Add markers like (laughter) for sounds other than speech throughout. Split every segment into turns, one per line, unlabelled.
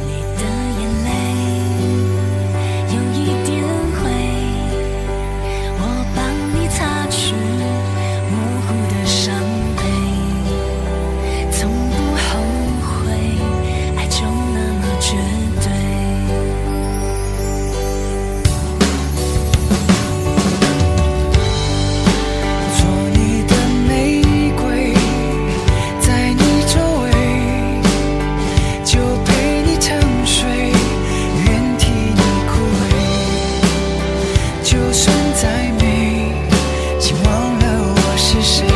你的眼泪有一点灰，我帮你擦去模糊的伤悲，从不后悔，爱就那么绝对。
做你的玫瑰，在你周围，就陪你沉睡，愿替你枯萎。就算再美，请忘了我是谁。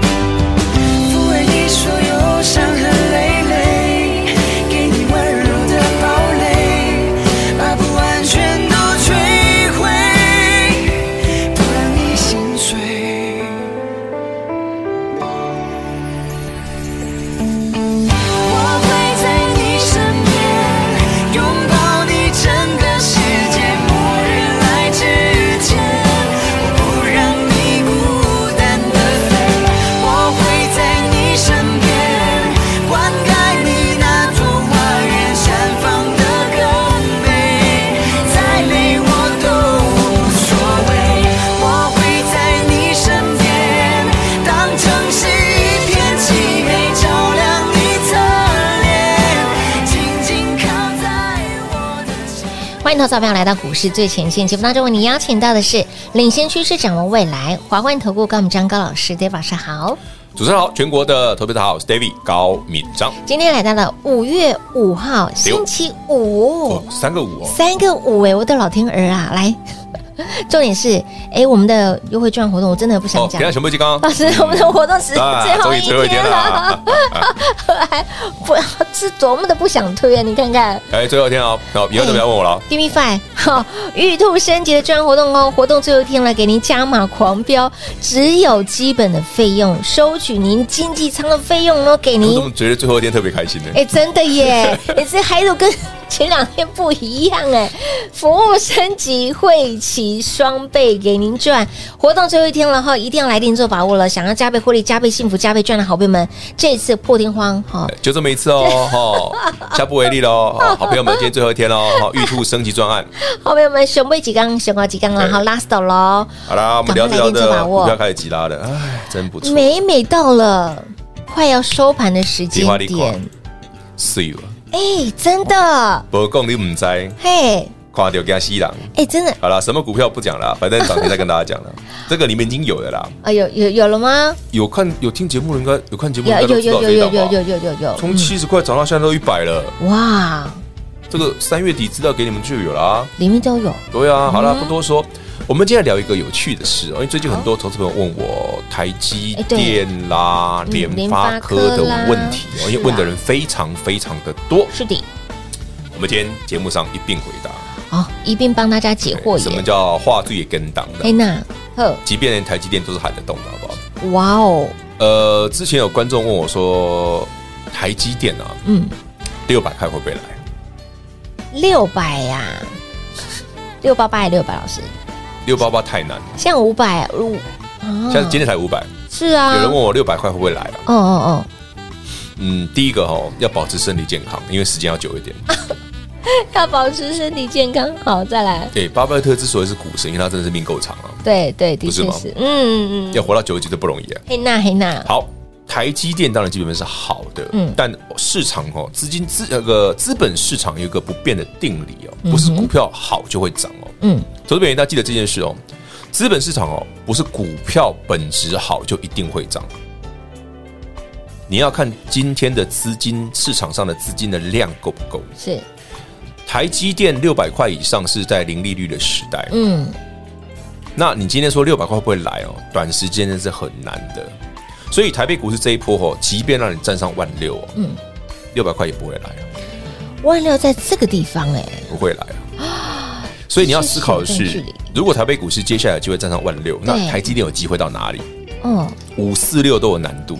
抚慰你所有伤痕累累，给你温柔的堡垒，把不安全都摧毁，不让你心碎。我会在你身边，拥抱你整个世界。末日来之前，我不让你孤单的飞。我会在你身边，灌溉你那座花园，绽放的更美。再累我都无所谓。我会在你身边，当城市一片漆黑，照亮你侧脸，紧紧靠在我的肩。
欢迎投资者朋友来到股市最前线节目当中，为您邀请到的是领先趋势、掌握未来华冠投顾高敏章高老师，大家晚上好。
主持人好，全国的投资者好，我是 David 高敏章，
今天来到了五月五号星期五
哦，，三个五哦，
三个五哎，我的老天儿啊！来， (laughs) 重点是哎，我们的优惠券活动我真的不想
哦，
讲
等一。下什么鸡刚？哎
老师，我们的活动时 (laughs) 最后
终
一
于最后一
天
天
了，
了，啊
(laughs) 还不是多么的不想推啊！你看看
哎，最后一天哦，好，以后都不要问我 (laughs) 了。
Give me five，好， (laughs) 玉兔升级的专案活动哦，活动最后一天了，给您加码狂飙，只有基本的费用，收取您经济舱的费用哦，给
我
您
怎么。觉得最后一天特别开心呢？
哎、真的耶！ (laughs) 你这还有跟前两天不一样哎，服务升级，汇齐双倍给您赚。活动最后一天了哈，一定要来电做把握了。想要加倍获利、加倍幸福、加倍赚的好朋友们，这次破天荒哈，
就这么一次
(laughs)
哦，哈，下不为例喽，哦好朋友们，今天最后
(laughs)
一天喽，哈，玉兔升级专案，
好朋友们熊背几缸，熊高几缸了，
对
好 last 到喽。
好啦，我们聊着
赶快来
聊
定做把
着，
握
股票开始急拉了，哎，真不错，
每每到了快要收盘的时间
计划力
点，
是有啊，
哎、真的，
不讲你唔知，
嘿，
看到惊死人。
哎、真的，
好啦，什么股票不讲了，反正涨停再跟大家
(laughs)
讲了，这个你们已经有的啦。
啊，有有有了吗？
有看有听节目的应该有看节目
有
的应该
有
都知
有
道这
有
一
有
档
有有
吧？
有有有，
从七十块涨到现在都一百了，
嗯哇，
这个三月底资料给你们就有了啊。
里面都有，
对啊，好
嗯
了，不多说。我们今天聊一个有趣的事哦，因为最近很多投资朋友问我台积
哎对
电啦、
嗯
联发科的
联发科啦
问题哦，因
是啊
为问的人非常非常的多。
是的，
我们今天节目上一并回答。哎
哦，一并帮大家解惑
什么
耶。
叫话最也跟档
哎
的？
那，呵，
即便连台积电都是喊得动的，好不好？
哇哦，
呃，之前有观众问我说，台积电啊，
嗯，
六百块会不会来？
六百呀，六八八六百老师，
六八八太难，
像五百五，啊
像今天才五百，
是啊，
有人问我六百块会不会来啊？
哦哦
嗯，第一个哈、要保持身体健康，因为时间要久一点。
哦，要保持身体健康，好，再来，
对，巴菲特之所以是股神，因为他真的是命够长啊，
对对，的
不是
确
吗
是，嗯嗯嗯，
要活到九十几都不容易啊。
嘿娜嘿娜，
好，台积电当然基本面是好的，
嗯
但市场哦，资金资那个资本市场有一个不变的定理哦，不是股票好就会涨哦。
嗯，
投资朋友一定要记得这件事哦，资本市场哦，不是股票本质好就一定会涨。你要看今天的资金市场上的资金的量够不够。
是，
台积电六百块以上是在零利率的时代，哦
嗯，
那你今天说六百块会不会来哦？短时间内是很难的，所以台北股市这一波哦，即便让你站上万六哦，嗯，六百块也不会来啊，
万六在这个地方哎、
不会来啊。所以你要思考的
这是
是
小段距离，
如果台北股市接下来有机会站上万六，那
对
台积电有机会到哪里？
哦，
五四六都有难度，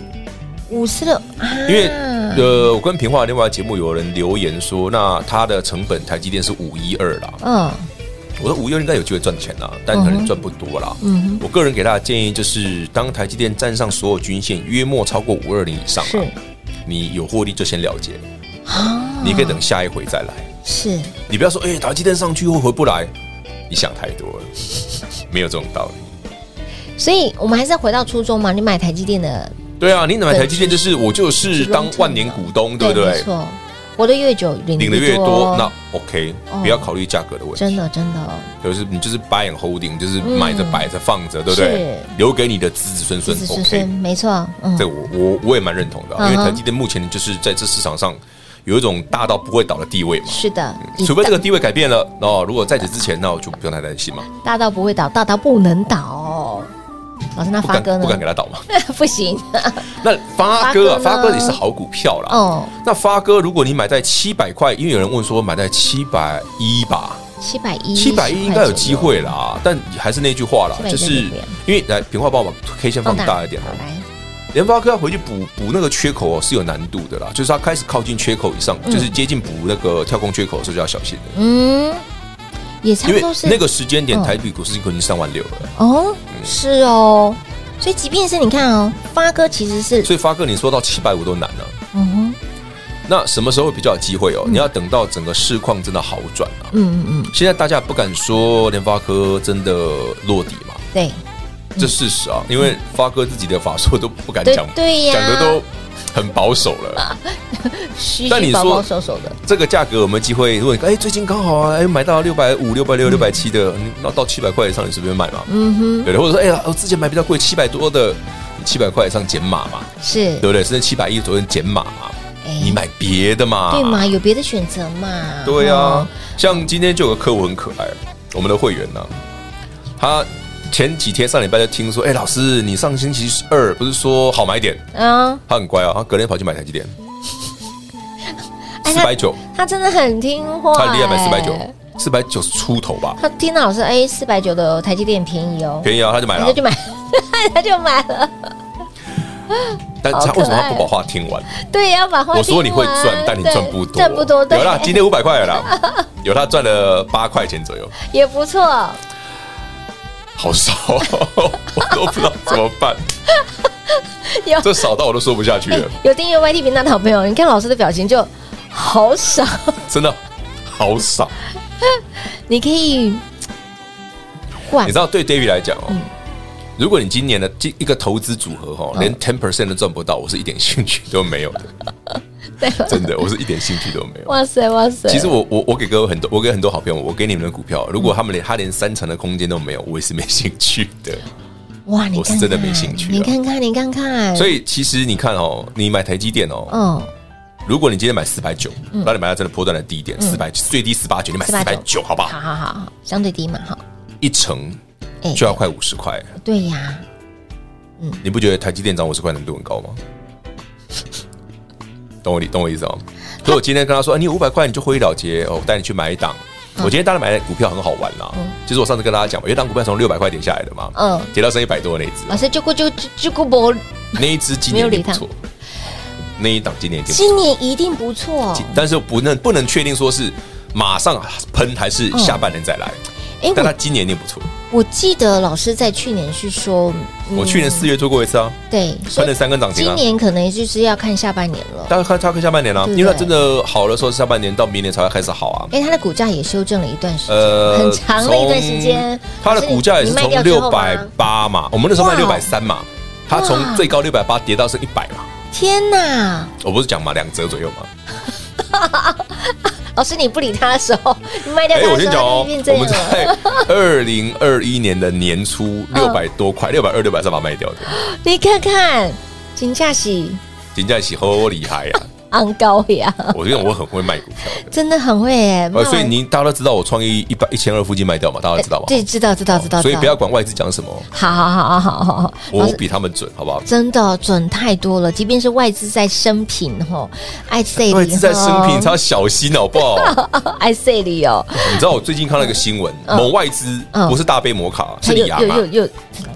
五十六啊，
因为呃，我跟平话另外节目有人留言说，那它的成本台积电是五一二啦，
嗯，
我说五一二应该有机会赚钱啦，但可能赚不多啦。嗯，我个人给大家建议就是，当台积电站上所有均线约莫超过五二零以上
是
啊，你有获利就先了结，你可以等下一回再来。
是
你不要说，哎、台积电上去会回不来，你想太多了， (laughs) 没有这种道理。
所以我们还是要回到初衷嘛。你买台积电的，
对啊，你买台积电就是我就是
是
当万年股东，对不
没
对？
错，活得越久领
领的越多，那
那
OK，
哦
不要考虑价格的问
真
题，
的哦真的
就是你就是 buy and holding，就是买着
嗯
摆着放着，对不对
是？
留给你的子子孙
子
孙
子孙孙
，OK，
没错，嗯
这，我我我也蛮认同的啊，
嗯哼
因为台积电目前就是在这市场上有一种大到不会倒的地位嘛。
是的，
嗯除非这个
一
地位改变了哦，如果在此之前，那我就不用太担心嘛，
大大到不会倒，大到不能倒。老师，那
不
发
敢
哥呢 (laughs)
不？敢给他倒嘛。
不行
那发哥啊，
发
发
哥呢
哥也是好股票啦。
哦，
那发哥，如果你买在七百块，因为有人问说买在七百一吧，
七百一，
七百一应该有机会啦。但还是那句话啦
710，
就是
左右
因为来平话帮我把 K 线放大一点
好
哦。
来，
联发科要回去补补那个缺口哦，是有难度的啦，就是它开始靠近缺口以上，就是接近补那个跳空缺口的时候就要小心了，
嗯，也差
因
不
为
多是
那个时间点
嗯
台比股市已经上万六了。
哦，是哦。所以即便是你看哦，发哥其实是
所以发哥，你说到七百五都难了、
嗯哼
那什么时候比较有机会哦？你要等到整个市况真的好转啊。
嗯嗯嗯，
现在大家不敢说联发科真的落底嘛，
对
这事实啊，因为发哥自己的法术都不敢
嗯对
讲，
对呀，啊
讲的都很保守了。
虚
但
虚
你
保保
说
守守的，
这个价格有没有机会？如果你哎最近刚好啊，哎买到六百五、六百六、六百七的，你到到七百块以上你随便买嘛，
嗯
对的。或者说哎呀，我之前买比较贵七百多的，你七百块以上减码嘛，
哼，是
对不对？甚至七百一左右减码嘛，
哎
你买别的嘛，
对嘛？有别的选择嘛？
对啊
哦，，
像今天就有个客户很可爱，我们的会员呢、他前几天上礼拜就听说，哎、老师，你上星期二不是说好买点？
嗯，
他很乖啊，他隔天跑去买台积电，
哎
四百九，
他真的很听话，
他很厉害，买四百
哎
九，四百九出头吧，
他听到老师哎，四百九的台积电便宜哦，
便宜啊，他就买
他
了
就。买， (laughs) 他就买了。
但
好
他
可
为什么他
爱
不把话听完？
对呀，把话
我说你会
听完
赚，但你
对
赚不多，
赚不多，对
有，啦，今天五百块
(laughs)
了啦，有他赚了八块钱左右，
也不错。
好少哦， (laughs) 我都不知道怎么办
(laughs) 有，
这少到我都说不下去
哎
了。
(laughs) 有订阅 YT 频道的好朋友，你看老师的表情就好傻。
真的好少。
你可以换
你知道，对 David 来讲哦，如果你今年的这一个投资组合哦哈，连 ten percent 都赚不到，我是一点兴趣都没有的， (laughs)
对吧？
真的，我是一点兴趣都没有。
哇塞哇塞！
其实我我我给各位很多，我给很多好朋友，我给你们的股票，如果他们连他连三成的空间都没有，我也是没兴趣的。
哇，你
我是
看
真的
看
没兴趣
你
了
看看，你看看，
所
以
以其实你看哦，你买台积电哦，
嗯，
如果你今天买四百九，那你买到真的波段的低点四百最低四八九，你嗯买四百
490
九好不
好
好？嗯
好好好，相对低嘛，哈，
一成
哎
就要快五十块，
对呀，
你不觉得台积电涨五十块难度很高吗？ (laughs) 懂我理懂我意思哦。所以我今天跟他说，哎、你有五百块你就会了结哦，我带你去买一档。
嗯
我今天当然买的股票很好玩啦，就是我上次跟大家讲嘛，有一档股票从六百块跌下来的嘛，
嗯
跌到剩一百多的那一
老
只，
师就过就就就过不，
那一只今
没有
年
理
也不
他
错，那一档今年也不错，
今年一定不错。
但是不能不能确定说是马上啊喷还是下半年再来，
哎，
但它
我
今年一定不错。
我记得老师在去年是说，嗯
我去年四月做过一次啊，
对，
喷了三根涨停
今
啊。
年可能就是要看下半年了。
大概看差看下半年啦、
对不对
因为它真的好的时候是下半年到明年才会开始好啊。
哎，它的股价也修正了一段时间，
呃
很长的一段时间
从。它的股价也是从六百
八。
八嘛，我们那时候卖六
哇
百三嘛，它从
哇
最高六百八跌到是一百嘛，
天哪！
我不是讲嘛，两折左右嘛。
老师，你不理他的时候，你卖掉
哎，
他
我
的时
先讲
候，它
哦
就变，这
我
样
们
了。 (laughs)
在二零二一年的年初
嗯
六百多块，六百二、六百三把它卖掉的，
你看看，金价喜 (laughs)
金价喜好厉害呀、啊！
昂高呀，
我认为我很会卖股票
(laughs)
的。
真的很会耶。
呃，所以
慢慢
你大家都知道我创意一百一千二附近卖掉嘛，大家都知道吧？
对，知道知道知道，
所以
知道
不要管外资讲什么，
好好好好好好，
我比他们准，好不好？
真的准太多了，即便是外资在生品吼，爱这里
外资在
哦
生平，他要小心好不好？
爱这里哦，
(laughs) 你知道我最近看到一个新闻，
嗯
某外资
嗯
不是大杯摩卡，是
它
里
又
昂
又
啊
又。又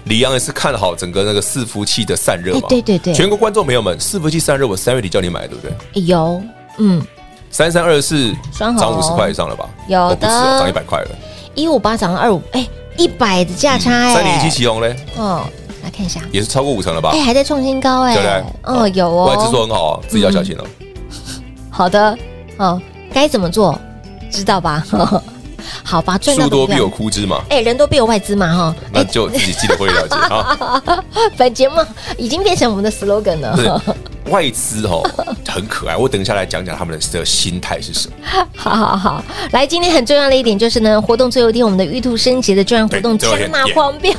里昂也是看好整个那个伺服器的散热嘛
哎。对对对
全国观众朋友们，伺服器散热我三月底叫你买，对不对？
有，嗯，
三三二四
双红
涨五十块以上了吧？
有的
哦不是哦涨一百块了。
一五八涨二五，哎，一百的价差哎，
三零一七，奇隆嘞，
哦，来看一下，
也是超过五成了吧
哎，？还在创新高哎，
对不对？
哦，有哦，
外资说很好哦，自己要小心哦。
好的，哦，该怎么做，知道吧？ (laughs) 好吧，赚到
树
股
多必有
票。
枯枝嘛，
哎、人多必有外资嘛哈！哎
那就自己记得会了
(laughs)
解啊。
本节目已经变成我们的 slogan 了。
对，外资哦很可爱，我等一下来讲讲他们的心态是什么。
好好好，来，今天很重要的一点就是呢，活动最后一天，我们的玉兔升级的专案活动加
对最后一天
码黄标，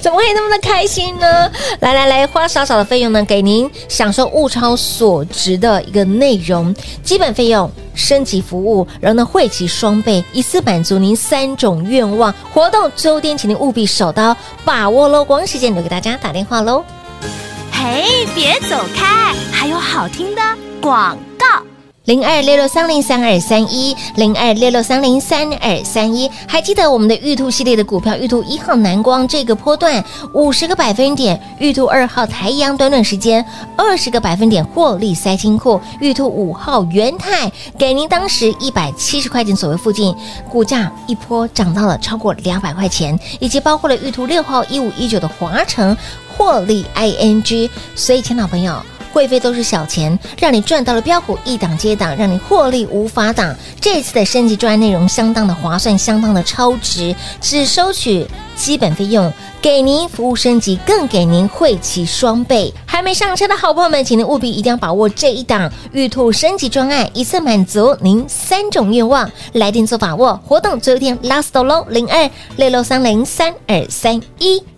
怎么可以那么的开心呢？来来来，花少少的费用呢，给您享受物超所值的一个内容，基本费用。升级服务，然后呢，汇齐双倍，一次满足您三种愿望。活动最后一天，请您务必手刀把握喽！光时间留给大家打电话喽。
嘿，别走开，还有好听的广告。
零二六六三零三二三一，零二六六三零三二三一，还记得我们的玉兔系列的股票，玉兔一号蓝光这个波段五十个百分点，玉兔二号台阳短短时间二十个百分点获利塞金库，玉兔五号元泰给您当时一百七十块钱左右附近，股价一波涨到了超过两百块钱，以及包括了玉兔六号一五一九的华城获利 ING，所以，亲老朋友。会费都是小钱，让你赚到了标股一档接档，让你获利无法挡。这次的升级专案内容相当的划算，相当的超值，只收取基本费用，给您服务升级，更给您惠齐双倍。还没上车的好朋友们，请您务必一定要把握这一档玉兔升级专案，一次满足您三种愿望，来电做把握。活动最后一天 last 喽，零二六六三零三二三一。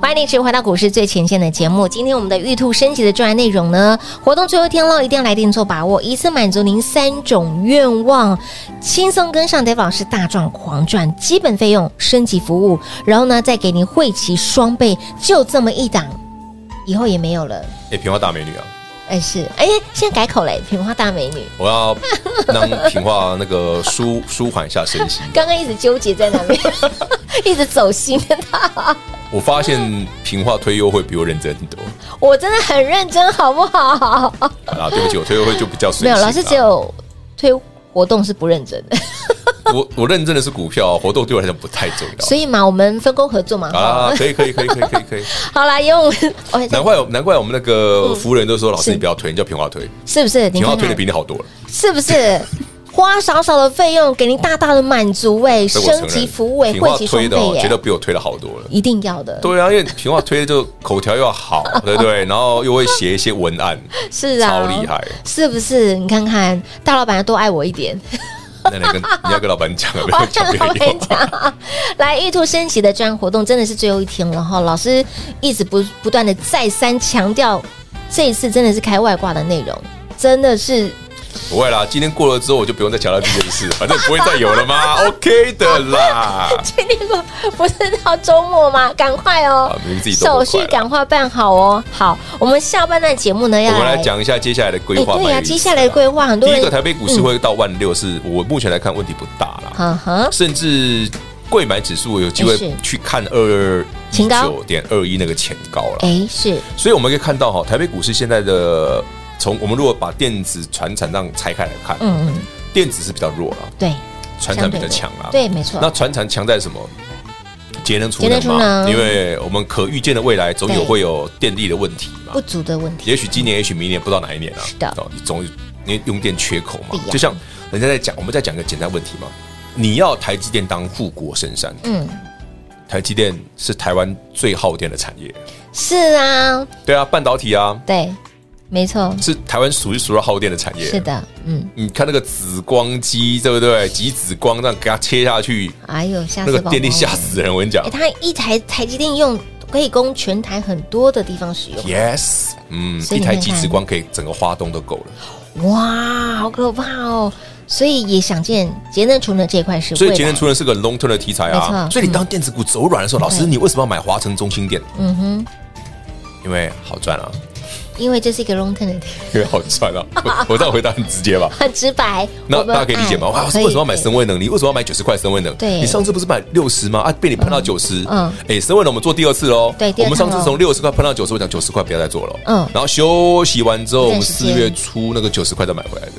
欢迎你持续回到股市最前线的节目。今天我们的玉兔升级的专案内容呢，活动最后一天喽，一定要来电做把握，一次满足您三种愿望，轻松跟上 Dave 老师大赚狂赚，基本费用升级服务，然后呢再给您汇齐双倍，就这么一档，以后也没有了。
哎，平花大美女啊，
哎是，哎现在改口嘞，平花大美女，
我要让平花那个舒舒缓一下身
(laughs)
心。
刚刚一直纠结在那边， (laughs) 一直走心的他，
我发现平花推优惠比我认真很多
我真的很认真，好不好？
啊！对不起，我推优惠就比较随
没有，
性啊
老师只有推活动是不认真的，
啊我我认真的是股票啊活动对我来讲不太重要。
所以嘛，我们分工合作嘛。
啊，可以可以可以可以可以
(laughs)
可以，
好啦，哦因为我
(laughs)
们我
难怪难怪我们那个服务人都说
嗯
老
是
师你不要推，你叫平花推，
是不是？你
平花
看
推的
看
比你好多了。
是不是？花少少的费用，给您大大的满足哎，
这我承
升级
认
服务哎，
平
汇
话
集双
推的
倍
哦，绝对
哎，
比我推的好多了。
一定要的。
对啊，因为平话推就口条又要好，对不对？然后又会写一些文案，
是啊，
超厉害。
是不是？你看看，大老板要多爱我一
(laughs)
点。
那你跟你要跟老板讲了，不
我
要
要
讲
跟
别
老板
人
讲，来玉兔升级的专案活动真的是最后一天了哈，老师一直不不断的再三强调，这一次真的是开外挂的内容，真的是
不会啦，今天过了之后我就不用再强调这件事，反正不会再有了
(laughs)
嘛，OK 的啦。
确定不不是到周末吗？赶快哦
啊，你自己动
手
作
续
快
赶快办好哦。好，我们下半段节目呢
我
要
们来。讲一下接下来的规
啊哎，
划。
对
卖
呀，
鱼
接下来的规划很多
第
人
一个台北股市会到万六，是我目前来看问题不大啦，
嗯哼，
甚至贵买指数有机
哎
会
是
去看二
前高
九点二一那个前高了。
哎，是
所以我们可以看到哈，台北股市现在的从我们如果把电子、船产让拆开来看，
嗯嗯，
电子是比较弱了，
对，
船产比较强啦。
对，没错
啊那。船产强在什么？节能储
节能
能
储
嘛，
能
因为我们可预见的未来总有
对
会有电力的问题嘛
不，足的问题，
也许今年，也许明年，不知道哪一年啊，
是的
哦，总有因为用电缺口
不
嘛
一，样
就像人家在讲，我们在讲一个简单问题嘛，你要台积电当护国神山，
嗯，
台积电是台湾最耗电的产业，
是啊，
对啊，半导体啊，
对，没错，
是台湾数一数二耗电的产业。
是，的，嗯，
你看那个紫光机，对不对？极紫光这样给它切下去，
哎呦，吓
那
死
个
宝宝！
电力吓死人！我跟你讲
哎，它一台台积电用可以供全台很多的地方使用，
，yes，嗯，
所以
一
你看看
台极紫光可以整个花东都够了。
哇，好可怕哦！所以也想见节能储能这一块是
所
未
以
来，
节能储能是个 long term 的题材
啊没
啊。
错
所以你当电子股走软的时候，老师
对
你为什么要买华城中心店？
嗯哼，
因为好赚啊，
因为这是一个 long term 的，
因为好赚啊。我我这样回答很直接吧。
很直白，
那
我们
大家可以理解吗？
哎
哇，为
可
什
以
么要买
可以
升位能？你为什么要买九十块升位能？
对
你上次不是买六十吗？啊，被你喷到九十。
嗯
嗯，哎，升位能我们做第二次喽。
对第二
我们上
趟
次
咯
从六十块喷到九十，我讲九十块不要再做了。
嗯
然后休息完之后，
一
我
段
们
时
四
间
月初那个九十块再买回来的。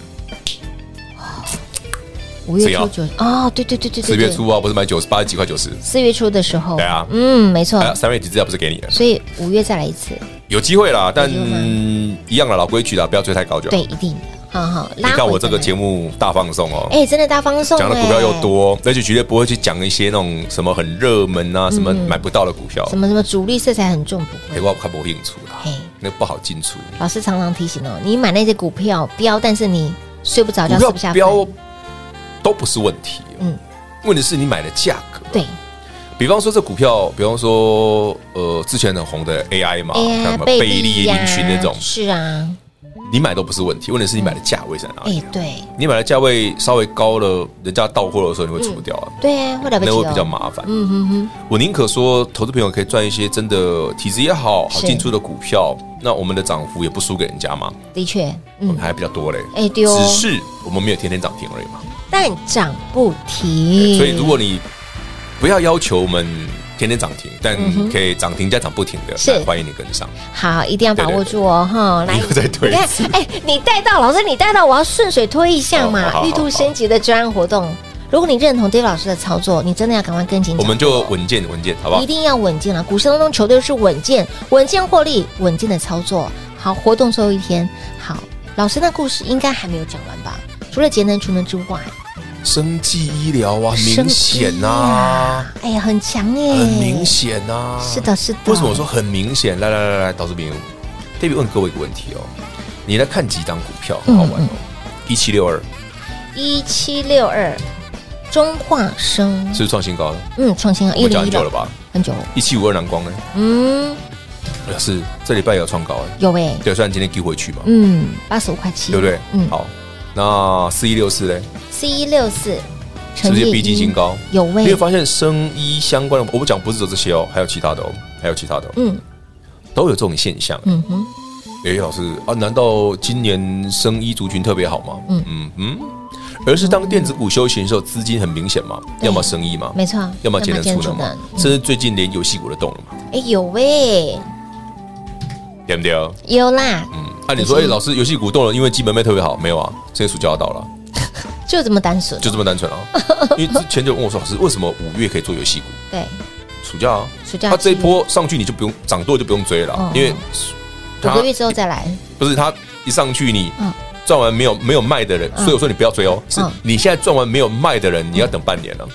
五月
谁
初
要
九哦，对对对对对，
啊四月
对
初啊，不是买九十八十几块九十？
四月初的时候，
对啊
嗯，没错
哎，呀，三月底资料不是给你了？
所以五月再来一次，
有机会啦，但
有机会
一样的老规矩啦，不要追太高就好
对，。一定的，好好
你
拉。
看我这个节，目大放送哦，
哎，真的大放送，
讲的股票
哎
又，多，而且绝对不会去讲一些那种什么很热门啊、什么买不到的股票
嗯哎什，么什么主力色彩很重，不
哎，
会。
我看不会进出啦
嘿，
那不好进出。
老师常常提醒哦，你买那些股票标，但是你睡不着觉，吃
股
不下
票
饭，
标都不是问题，
嗯
嗯，问题是你买的价格。
对
比方说这股票，比方说呃之前很红的 AI 嘛，
哎
像
呀
什，么
贝
贝利、
呀
林群那种，
是啊，
你买都不是问题，问题是你买的价位在哪
哎
里？，
对
你买的价位稍微高了，人家到货的时候你会出掉啊，
对啊，会来不及
那
哦
会比较，麻烦。
嗯哼哼，
我宁可说，投资朋友可以赚一些真的体质也好好
是
进出的股票，那我们的涨幅也不输给人家嘛，
的确，
我
嗯，
们还比较多嘞。
哎对哦
只是我们没有天天涨停而已嘛。
但涨不停，
所以如果你不要要求我们天天涨停，但
嗯哼
可以涨停加涨不停的，
是
那欢迎你跟上。
好，一定要把握住哦，哈！来，
你又再推
你看，哎，你带到老师，你带到，我要顺水推一下
好好
嘛。
好
玉兔升级的专案活动，如果你认同 Dave 老师的操作，你真的要赶快跟紧脚步
我
哦。
们就稳健稳健，好不好
一？定要稳健了。股市当中求的就是稳健，稳健获利，稳健的操作。好，活动最后一天，好，老师那故事应该还没有讲完吧？除了节能储能之外，
生技医疗啊，
生
明
机
显呐，，
哎呀，很强耶，
很明。显呐。
是的，是的。
为什么我说很明显？来来来来，导致明，David 问各位一个问题哦，你来看几档股票，很好玩哦。一七六二
一七六二中化生？
是不是创新高了，
嗯，创新啊，
我
一
们讲
零一
很久
六，
了吧？
很久了。
一七五二蓝光呢？
嗯，
是这礼拜也有创高哎，
有哎，
对，虽然今天丢回去嘛，
嗯，八十五块七，
对不对？
嗯，
好，那四一六四嘞，
，C 一六四，
是
乘
不
以
是也逼近新高？
有
你
味
会，发现生医相关的，我不讲不是走这些哦，还有其他的哦，还有其他的哦，
嗯
都有这种现象。
嗯哼，
哎，老师啊，难道今年生医族群特别好吗？
嗯
嗯嗯而是当电子股休息的时候，资金很明显嘛，
对
要么生意嘛，
没错，
要么节能储能嘛，
嗯
甚至最近连游戏股都动了嘛，
哎，有味，
对不对？
有啦，
嗯，按理说，哎，老师游戏股动了，因为基本面特别好，没有啊？这个暑假要到了，
就这么单纯，
就这么
(laughs)
单纯啊。因为之前就问我说，老师为什么五月可以做游戏股？
对，
暑假啊，
暑假
它这一
期
波上去你就不用涨多就不用追了
嗯
啊，因为
五
它
个月之后再
(laughs)
来，
不是它一上去你
嗯
赚完没有没有卖的人，
嗯
所以我说你不要追哦，是
嗯
你现在赚完没有卖的人，你要等半年了。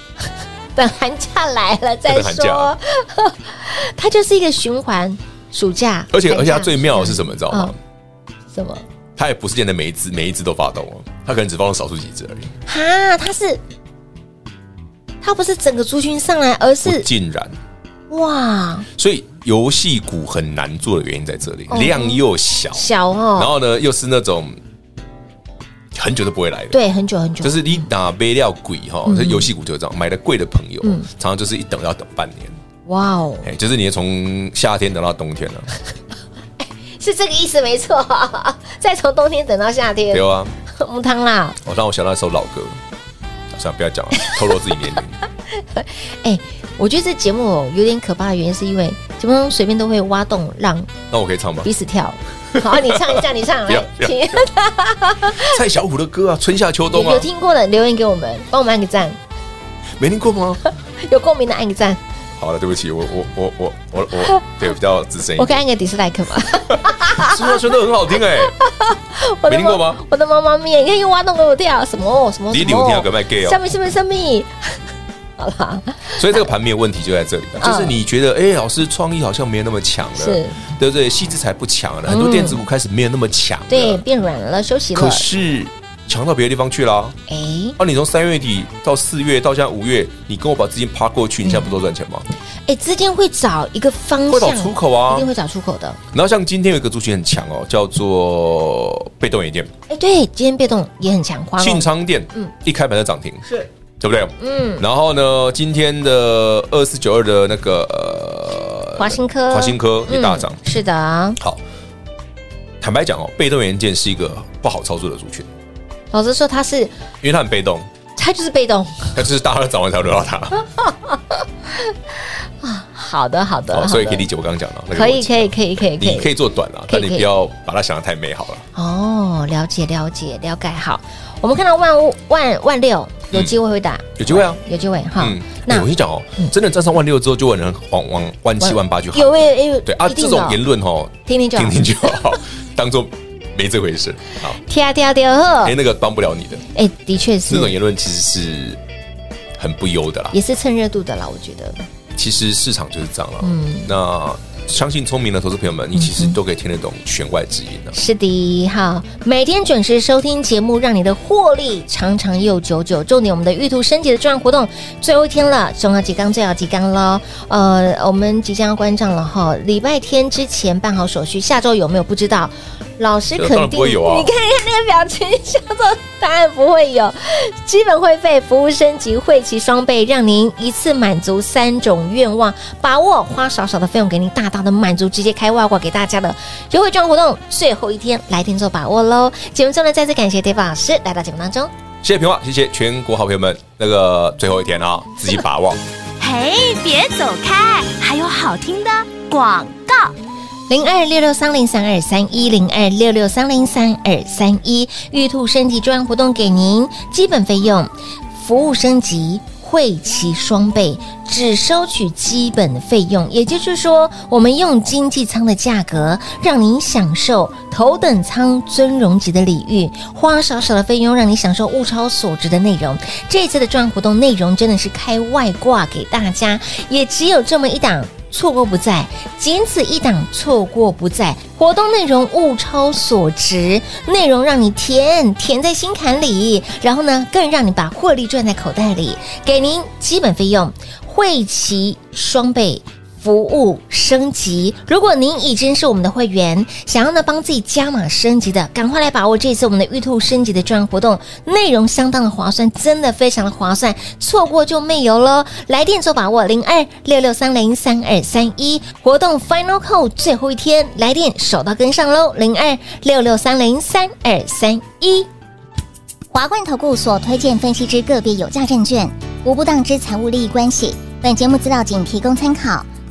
等寒假来了再
等寒假啊
说， (laughs) 它就是一个循环，暑假，
而且而且它
寒假
最妙的是什么，
嗯
你知道吗？
什么？
它也不是见得每一只每一只都发动哦，它可能只发动少数几只而已。
哈，它是。它不是整个族群上来，而
不
是
尽然，
哇
所以游戏股很难做的原因在这里
哦，
量又小，
小哦，
然后呢又是那种很久都不会来的。
对，很久很久，
就是你打杯料鬼哈，这游戏股就这样，买的贵的朋友，
嗯
常常就是一等要等半年，
哇哦，
哎，就是你从夏天等到冬天了，
是这个意思没错。再从冬天等到夏天
对，啊，
木汤啦，
我让我想到一首老歌，啊算了，不
(laughs)
要讲了，透露自己年龄。
我觉得这节目哦有点可怕的原因是因为节目中随便都会挖洞让
那我可以唱吗？
(laughs) 彼此跳。好，你唱一下，你唱
不要
来，
不要
请
蔡小虎的歌啊，春夏秋冬
有
啊
有，听过的留言给我们，帮我们按个赞，
没听过吗？
有共鸣的按个赞，
好了，对不起，我我我我我我，对，比较资深一
我可以按
点。
个 dislike 吗？
春夏秋冬很好
(laughs)
听哎，
我的
没听过
猫
吗？
我的妈妈咪，你看又挖洞给我跳，什么什么
你
什
柳天
么
要？卖 gay
上
哦，
面上面上面，好啦，
所以这个盘面问题就在这里了，就是你觉得，哎、老师创意好像没有那么强了，
嗯是嗯
对不对？细致才不强了，很多电子股开始没有那么强了，
对，变软了，休息
可
了。
是强到别的地方去啦。
哎
啊，你从三月底到四月，到现在五月，你跟我把资金趴过去，你现在不都赚钱吗？
哎，资金会找一个方
会
向
找，出口啊
一定会找出口的。
然后像今天有一个族群很强哦，叫做被动元件，
哎，对，今天被动也很强，花
信
了。
昌店，
嗯
一开盘就涨停，
是，
对不对？
嗯，
然后呢，今天的二四九二的那个呃
华新科，
华新科也大涨。
嗯是的，
好，坦白讲哦，被动元件是一个不好操作的族群，
老师说他是
因为它很被动，
他就是被动。 (laughs)
它就是大家早晚才轮到它。
好的，好的，
好，所以
好
可以
的
理解我刚刚讲的那个
可
逻
以，
辑啊
可以，可以，可以，可
你
以
可。以做短啊，
可以
但你
可以
不要把它想的太美好了。
哦，了解，了解，了解。好，我们看到万物万万六有机会会打，
有机会啊，
有机会哈
嗯。，哎
那
我跟你讲哦，真的站上万六之后，就有人往往万七万八去喊。
有哎哎，
对啊，
一定
这
的
种言论哦，
听听就好
听，听就好， (laughs) 当做没这回事。好，
跳跳跳啊呵
哎，，那个帮不了你的，
哎，的确
这种
是，
言论其实是很不优的啦。
也是蹭热度的啦，我觉得。
其实市场就是这样了。
嗯
那相信聪明的投资朋友们，你其实都可以听得懂弦外之音的。
是的，好，每天准时收听节目，让你的获利长长又久久。重点，我们的玉兔升级的专案活动最后一天了，重要几缸，最要几缸喽。呃，我们即将要关账了哈，礼拜天之前办好手续，下周有没有不知道。老师肯
当然
定
不会有啊
你看看那个表情，下周答案不会有。 (laughs) 基本会费、服务升级、会期双倍，让您一次满足三种愿望，把握花少少的费用给您大大的满足，直接开外挂给大家的优惠券活动，最后一天来电做把握喽！节目中呢，再次感谢 David 老师来到节目当中。
谢谢平话，谢谢全国好朋友们。那个最后一天啊，自己把握。
嘿，别走开，还有好听的广告。
零二六六三零三二三一零二六六三零三二三一，玉兔升级专案活动给您，基本费用、服务升级。会期双倍，只收取基本费用，也就是说，我们用经济舱的价格让您享受头等舱尊荣级的礼遇，花少少的费用让你享受物超所值的内容。这次的专案活动内容真的是开外挂给大家，也只有这么一档。错过不再，仅此一档，错过不再。活动内容物超所值，内容让你甜甜在心坎里，然后呢，更让你把获利赚在口袋里。给您基本费用，汇齐双倍。服务升级。如果您已经是我们的会员，想要呢帮自己加码升级的，赶快来把握这一次我们的玉兔升级的专案活动，内容相当的划算，真的非常的划算，错过就没有喽！来电做把握零二六六三零三二三一，活动 final call 最后一天，来电手到跟上喽，零二六六三零三二三一。
华冠投顾所推荐分析之个别有价证券，无不当之财务利益关系。本节目资料仅提供参考，